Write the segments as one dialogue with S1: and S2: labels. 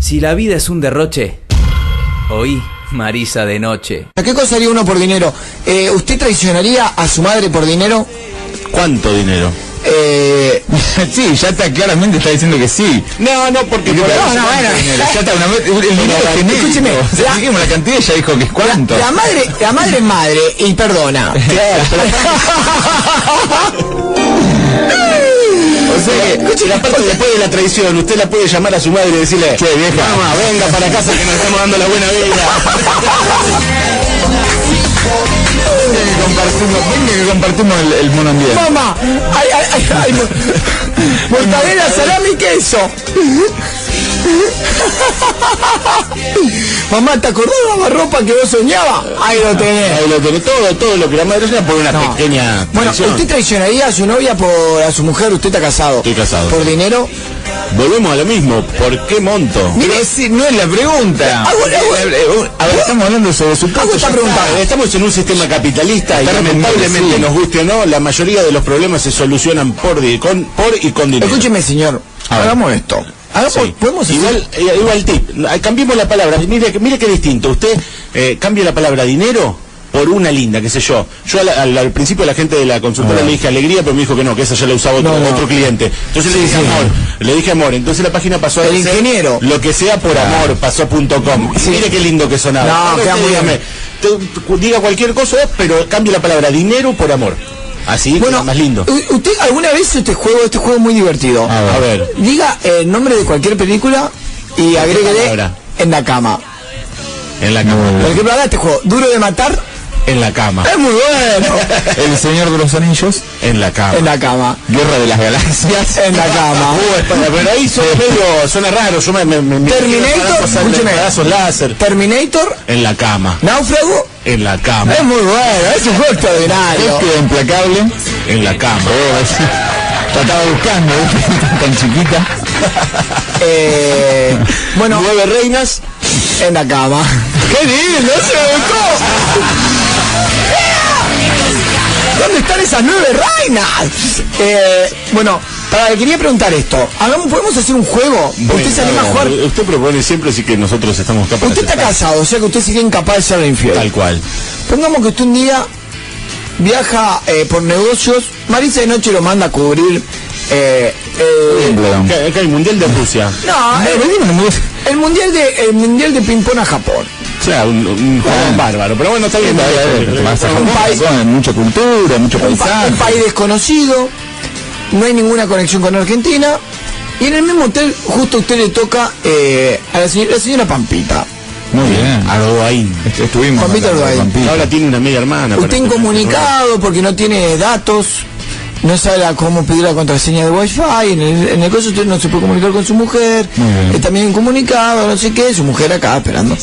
S1: Si la vida es un derroche, oí Marisa de noche.
S2: ¿A qué cosa haría uno por dinero? Eh, ¿Usted traicionaría a su madre por dinero?
S3: ¿Cuánto dinero?
S2: Eh,
S3: sí, ya está claramente está diciendo que sí.
S2: no, no, porque por
S3: no, no, bueno. Ya está una met- el dinero
S2: Mira,
S3: es genérico.
S2: escúcheme,
S3: O sea,
S2: la-
S3: dijimos la cantidad ya dijo que es cuánto.
S2: La madre, la madre es madre y perdona.
S3: o sea que
S2: Escuche,
S3: la parte después de la traición, usted la puede llamar a su madre y decirle, "Che, vieja, venga para casa que nos estamos dando la buena vida." Venga que compartimos, venga que compartimos el, el mono ambiente.
S2: Mamá, ay, ay, ay, ay, mo- mortadela, salami y queso. Mamá, ¿te acordás de la lavarropa que vos soñaba? Ahí lo tenés.
S3: Ahí lo tenés, todo, todo lo que la madre sea por una
S2: No.
S3: pequeña
S2: Bueno,
S3: traición.
S2: ¿usted traicionaría a su novia por a su mujer? ¿Usted está casado?
S3: Estoy casado.
S2: ¿Por dinero?
S3: Volvemos a lo mismo, ¿por qué monto?
S2: Mire,
S3: no es la pregunta. Eh,
S2: Hago- hago-
S3: a ver, estamos hablando sobre su
S2: Hago esta pregunta.
S3: Estamos en un sistema capitalista y
S4: Está
S3: lamentablemente
S4: sí.
S3: nos guste o no, la mayoría de los problemas se solucionan por, di- con, por y con dinero.
S2: Escúcheme, señor.
S3: A ver.
S2: Hagamos esto. Hagamos,
S3: Sí.
S2: pues, podemos hacer-
S3: igual, eh, igual tip, ah, cambiemos la palabra, mire, que- mire qué distinto, usted eh, cambia la palabra dinero por una linda, qué sé yo. Yo al, al- al principio a la gente de la consultora le dije alegría, pero me dijo que no, que esa ya la usaba otro,
S2: Ah. No, no.
S3: otro cliente. Entonces le dije amor, le dije amor, entonces la página pasó a
S2: El
S3: ser
S2: ingeniero. Ah.
S3: Lo que sea por amor, pasó.com.
S2: Sí.
S3: Mire qué lindo que sonaba.
S2: No,
S3: Ahora
S2: queda
S3: usted
S2: muy bien.
S3: dígame, te- cu- diga cualquier cosa, pero cambie la palabra dinero por amor. Así
S2: Bueno,
S3: queda más lindo.
S2: u- ¿Usted alguna vez este juego, este juego es muy divertido?
S3: A ver. A ver.
S2: Diga el nombre de cualquier película y agréguele
S3: palabra?
S2: en la cama.
S3: En la cama.
S2: Por ejemplo, haga este juego, Duro de Matar,
S3: En la cama.
S2: es muy bueno.
S4: El Señor de los Anillos,
S3: En la cama.
S2: en la cama.
S4: Guerra de las Galaxias.
S2: En la cama.
S3: Uh, espera, pero ahí suena medio, suena raro, yo me... me, me- me
S2: Terminator,
S3: Balazos-
S2: escúcheme.
S3: balazos láser.
S2: Terminator,
S3: En la cama,
S2: Náufrago,
S3: en la cama,
S2: es muy bueno, es un juego extraordinario.
S4: Rápido, implacable.
S3: en la cama.
S2: Oh,
S4: Trataba buscando, ¿viste? tan chiquita.
S2: Eh, bueno,
S3: Nueve reinas,
S2: en la cama. ¡Qué lindo! ¡Eso me gustó! ¿Dónde están esas nueve reinas? Eh, bueno, para, le quería preguntar esto. Hagamos, ¿Podemos hacer un juego? ¿Usted se anima a jugar?
S3: eh, Usted propone siempre así que nosotros estamos capaces.
S2: Usted está casado, o sea que usted sería incapaz de ser infiel.
S3: Tal cual.
S2: Pongamos que usted un día viaja eh, por negocios, Marisa de noche lo manda a cubrir. eh, eh,
S4: Perdón.
S3: Acá, acá hay Mundial de Rusia.
S2: no,
S4: Ah, eh,
S2: el,
S4: venimos, muy-
S2: el mundial de el mundial de ping pong a Japón.
S3: O sea, un, un juego bárbaro. Pero bueno, está bien. está bien, está bien.
S4: Eh, Vas a
S3: Bueno,
S4: Japón,
S2: país-
S4: bueno, mucha cultura, mucho
S2: Un, pa- un
S4: paisaje.
S2: país desconocido, no hay ninguna conexión con Argentina. Y en el mismo hotel, justo a usted le toca eh, a la señora, la señora Pampita.
S4: Muy bien.
S3: Ardoain.
S4: Est- Estuvimos.
S2: Juan Víctor
S4: hablando de
S2: Guaín.
S4: Pampita.
S3: Ahora tiene una media hermana.
S2: Usted
S3: parece.
S2: incomunicado porque no tiene datos, no sabe la- cómo pedir la contraseña de Wi-Fi, en el, en el caso usted no se puede comunicar con su mujer,
S4: Muy bien.
S2: eh, también incomunicado, no sé qué, su mujer acá esperando.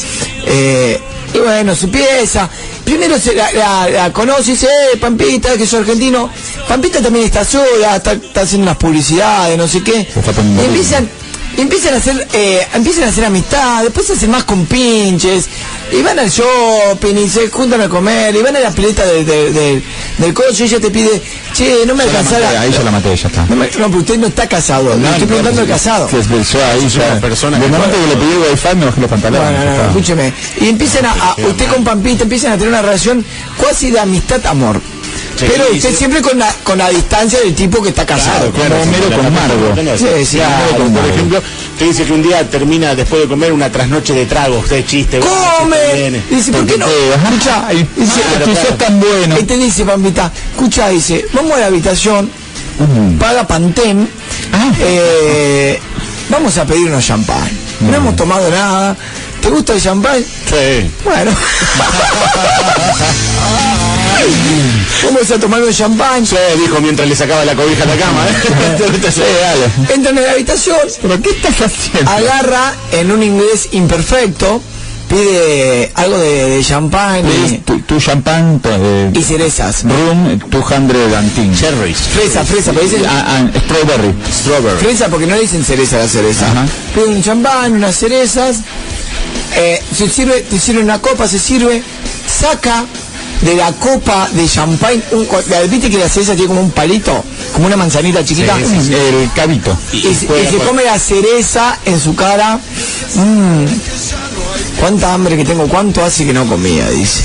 S2: Eh, y bueno, se empieza. Primero se la, la- la conoce y dice, eh, Pampita, que soy argentino. Pampita también está sola, está, está haciendo unas publicidades, no sé qué.
S4: Se está poniendo
S2: Y empiezan, y empiezan a hacer, eh, empiezan a hacer amistad, después se hacen más con pinches, y van al shopping y se juntan a comer, y van a la pileta de- de- de- del coche y ella te pide, che, no me
S4: Ya la
S2: alcanzara.
S4: maté, Ahí ya la maté, ya está.
S2: No, me- no, pero usted no está casado, le estoy preguntando al casado.
S4: Sí, sí, yo ahí ya.
S3: una persona
S4: De
S3: que
S4: momento
S3: puede-
S4: que le pedí wifi me bajé los
S2: No,
S4: pantalones.
S2: no,
S4: ya
S2: no,
S4: está.
S2: escúcheme. Y empiezan a, a- usted con Pampita, empiezan a tener una relación cuasi de amistad-amor.
S3: Sí,
S2: Pero
S3: sí,
S2: usted
S3: sí.
S2: siempre con la, con la distancia del tipo que está casado.
S3: Claro, claro,
S4: Como
S3: sí,
S4: Homero
S3: la
S4: con
S3: parte
S4: Margo.
S3: importante.
S2: Sí, sí,
S3: Claro,
S2: Homero
S4: con
S3: por
S4: Margo.
S3: ejemplo, te dice que un día termina después de comer una trasnoche de tragos, de chiste. bueno, chiste,
S2: come.
S3: viene.
S2: Dice, ¿por qué no?
S4: Porque te-
S2: Escucha,
S4: Ay,
S2: dice,
S4: claro,
S2: "Tú sos
S4: claro.
S2: tan bueno. Y te Este dice, Pampita, escucha, dice, vamos a la habitación, paga Pantén,
S4: Ah.
S2: eh, vamos a pedirnos champán. No hemos tomado nada. ¿Te gusta el champán?
S3: Sí.
S2: Bueno. vamos a tomar un champán.
S3: Sí, dijo mientras le sacaba la cobija a la cama. ¿eh? Sí, dale.
S2: Entran en la habitación,
S4: ¿Pero qué estás haciendo?
S2: agarra en un inglés imperfecto, pide algo de, de champán
S4: Please,
S2: y,
S4: tu, tu champán, tu, eh,
S2: y cerezas.
S4: room 200 antin.
S3: Cherries.
S2: Fresa, fresa, pero dicen
S4: Ah, ah, strawberry.
S3: Strawberry.
S2: fresa porque no le dicen cereza a la cereza.
S4: Ajá.
S2: Piden un champán, unas cerezas, eh, se sirve, te sirve una copa, se sirve, saca de la copa de champán, un, co- la- viste que la cereza tiene como un palito, como una manzanita chiquita, Mm.
S4: El cabito.
S2: y, se- y se come la cereza en su cara. Mmm, cuánta hambre que tengo, cuánto hace que no comía, dice.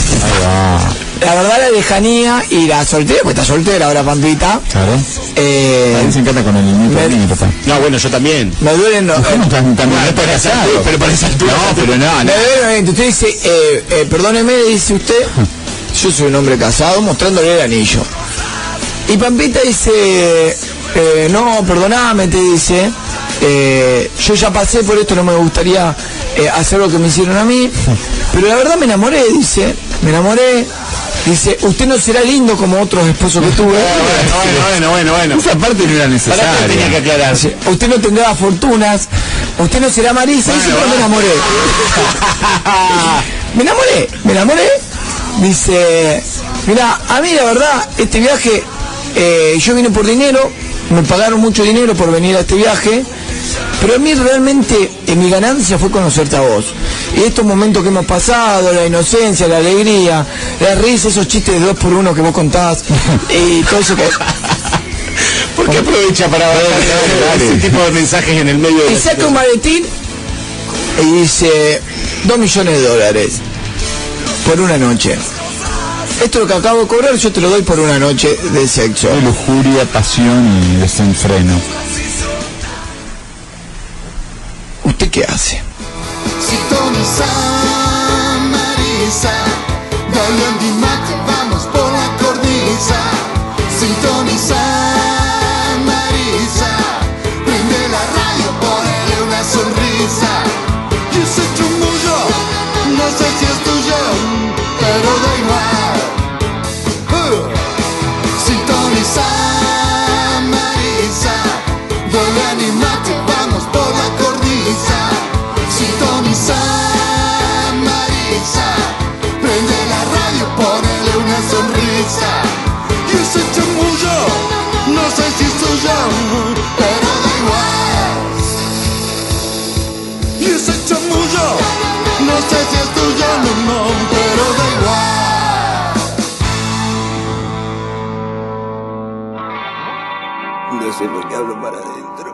S2: La verdad la lejanía y la soltera, pues está soltera ahora Pampita.
S4: Claro.
S2: Eh,
S4: A mí se encanta con el niño
S2: me-
S4: niño, papá.
S3: No, bueno, yo también.
S2: me duelen los...
S4: Bueno, tan- tan- no para esa altura, pero para esa altura. No, pero no,
S2: Me
S4: no.
S2: duelen los dientes. Usted dice, eh, eh, perdóneme, le dice usted, yo soy un hombre casado mostrándole el anillo. Y Pampita dice, eh, no, perdoname, te dice, eh, yo ya pasé por esto, no me gustaría eh, hacer lo que me hicieron a mí, pero la verdad me enamoré, dice, me enamoré. Dice, usted no será lindo como otros esposos que tuve.
S3: Bueno, bueno, bueno, bueno.
S4: Esa parte no era
S3: Para que tenía que
S4: necesaria.
S3: aclarar.
S2: Dice, usted no tendrá fortunas, usted no será Marisa, y yo me enamoré. me enamoré, me enamoré. Dice, mira, a mí la verdad, este viaje, eh, yo vine por dinero, me pagaron mucho dinero por venir a este viaje, pero a mí realmente eh, mi ganancia fue conocerte a vos. Y estos momentos que hemos pasado, la inocencia, la alegría, la risa, esos chistes de dos por uno que vos contás, y todo eso que...
S3: ¿Por qué aprovecha para dar ese tipo de mensajes en el medio
S2: y
S3: de
S2: saca un maletín y dice 2 millones de dólares por una noche. Esto lo que acabo de cobrar yo te lo doy por una noche de sexo.
S4: Hay lujuria, pasión y desenfreno.
S2: ¿Usted qué hace?
S5: Sintoniza, Marisa, Gabriel y Mac, vamos por la cornisa. Sintoniza, Marisa, prende la radio, ponele una sonrisa. Y ese muro, no sé si es tuyo, pero da igual. Uh. Sintoniza, Marisa, doble animate, vamos por la cornisa. Sintoniza, Marisa, prende la radio, ponele una sonrisa. Y ese chamullo, no sé si es tuyo, pero da igual. Y ese chamullo, no sé si es tuyo, no, no, pero da igual.
S6: No sé por qué hablo para adentro.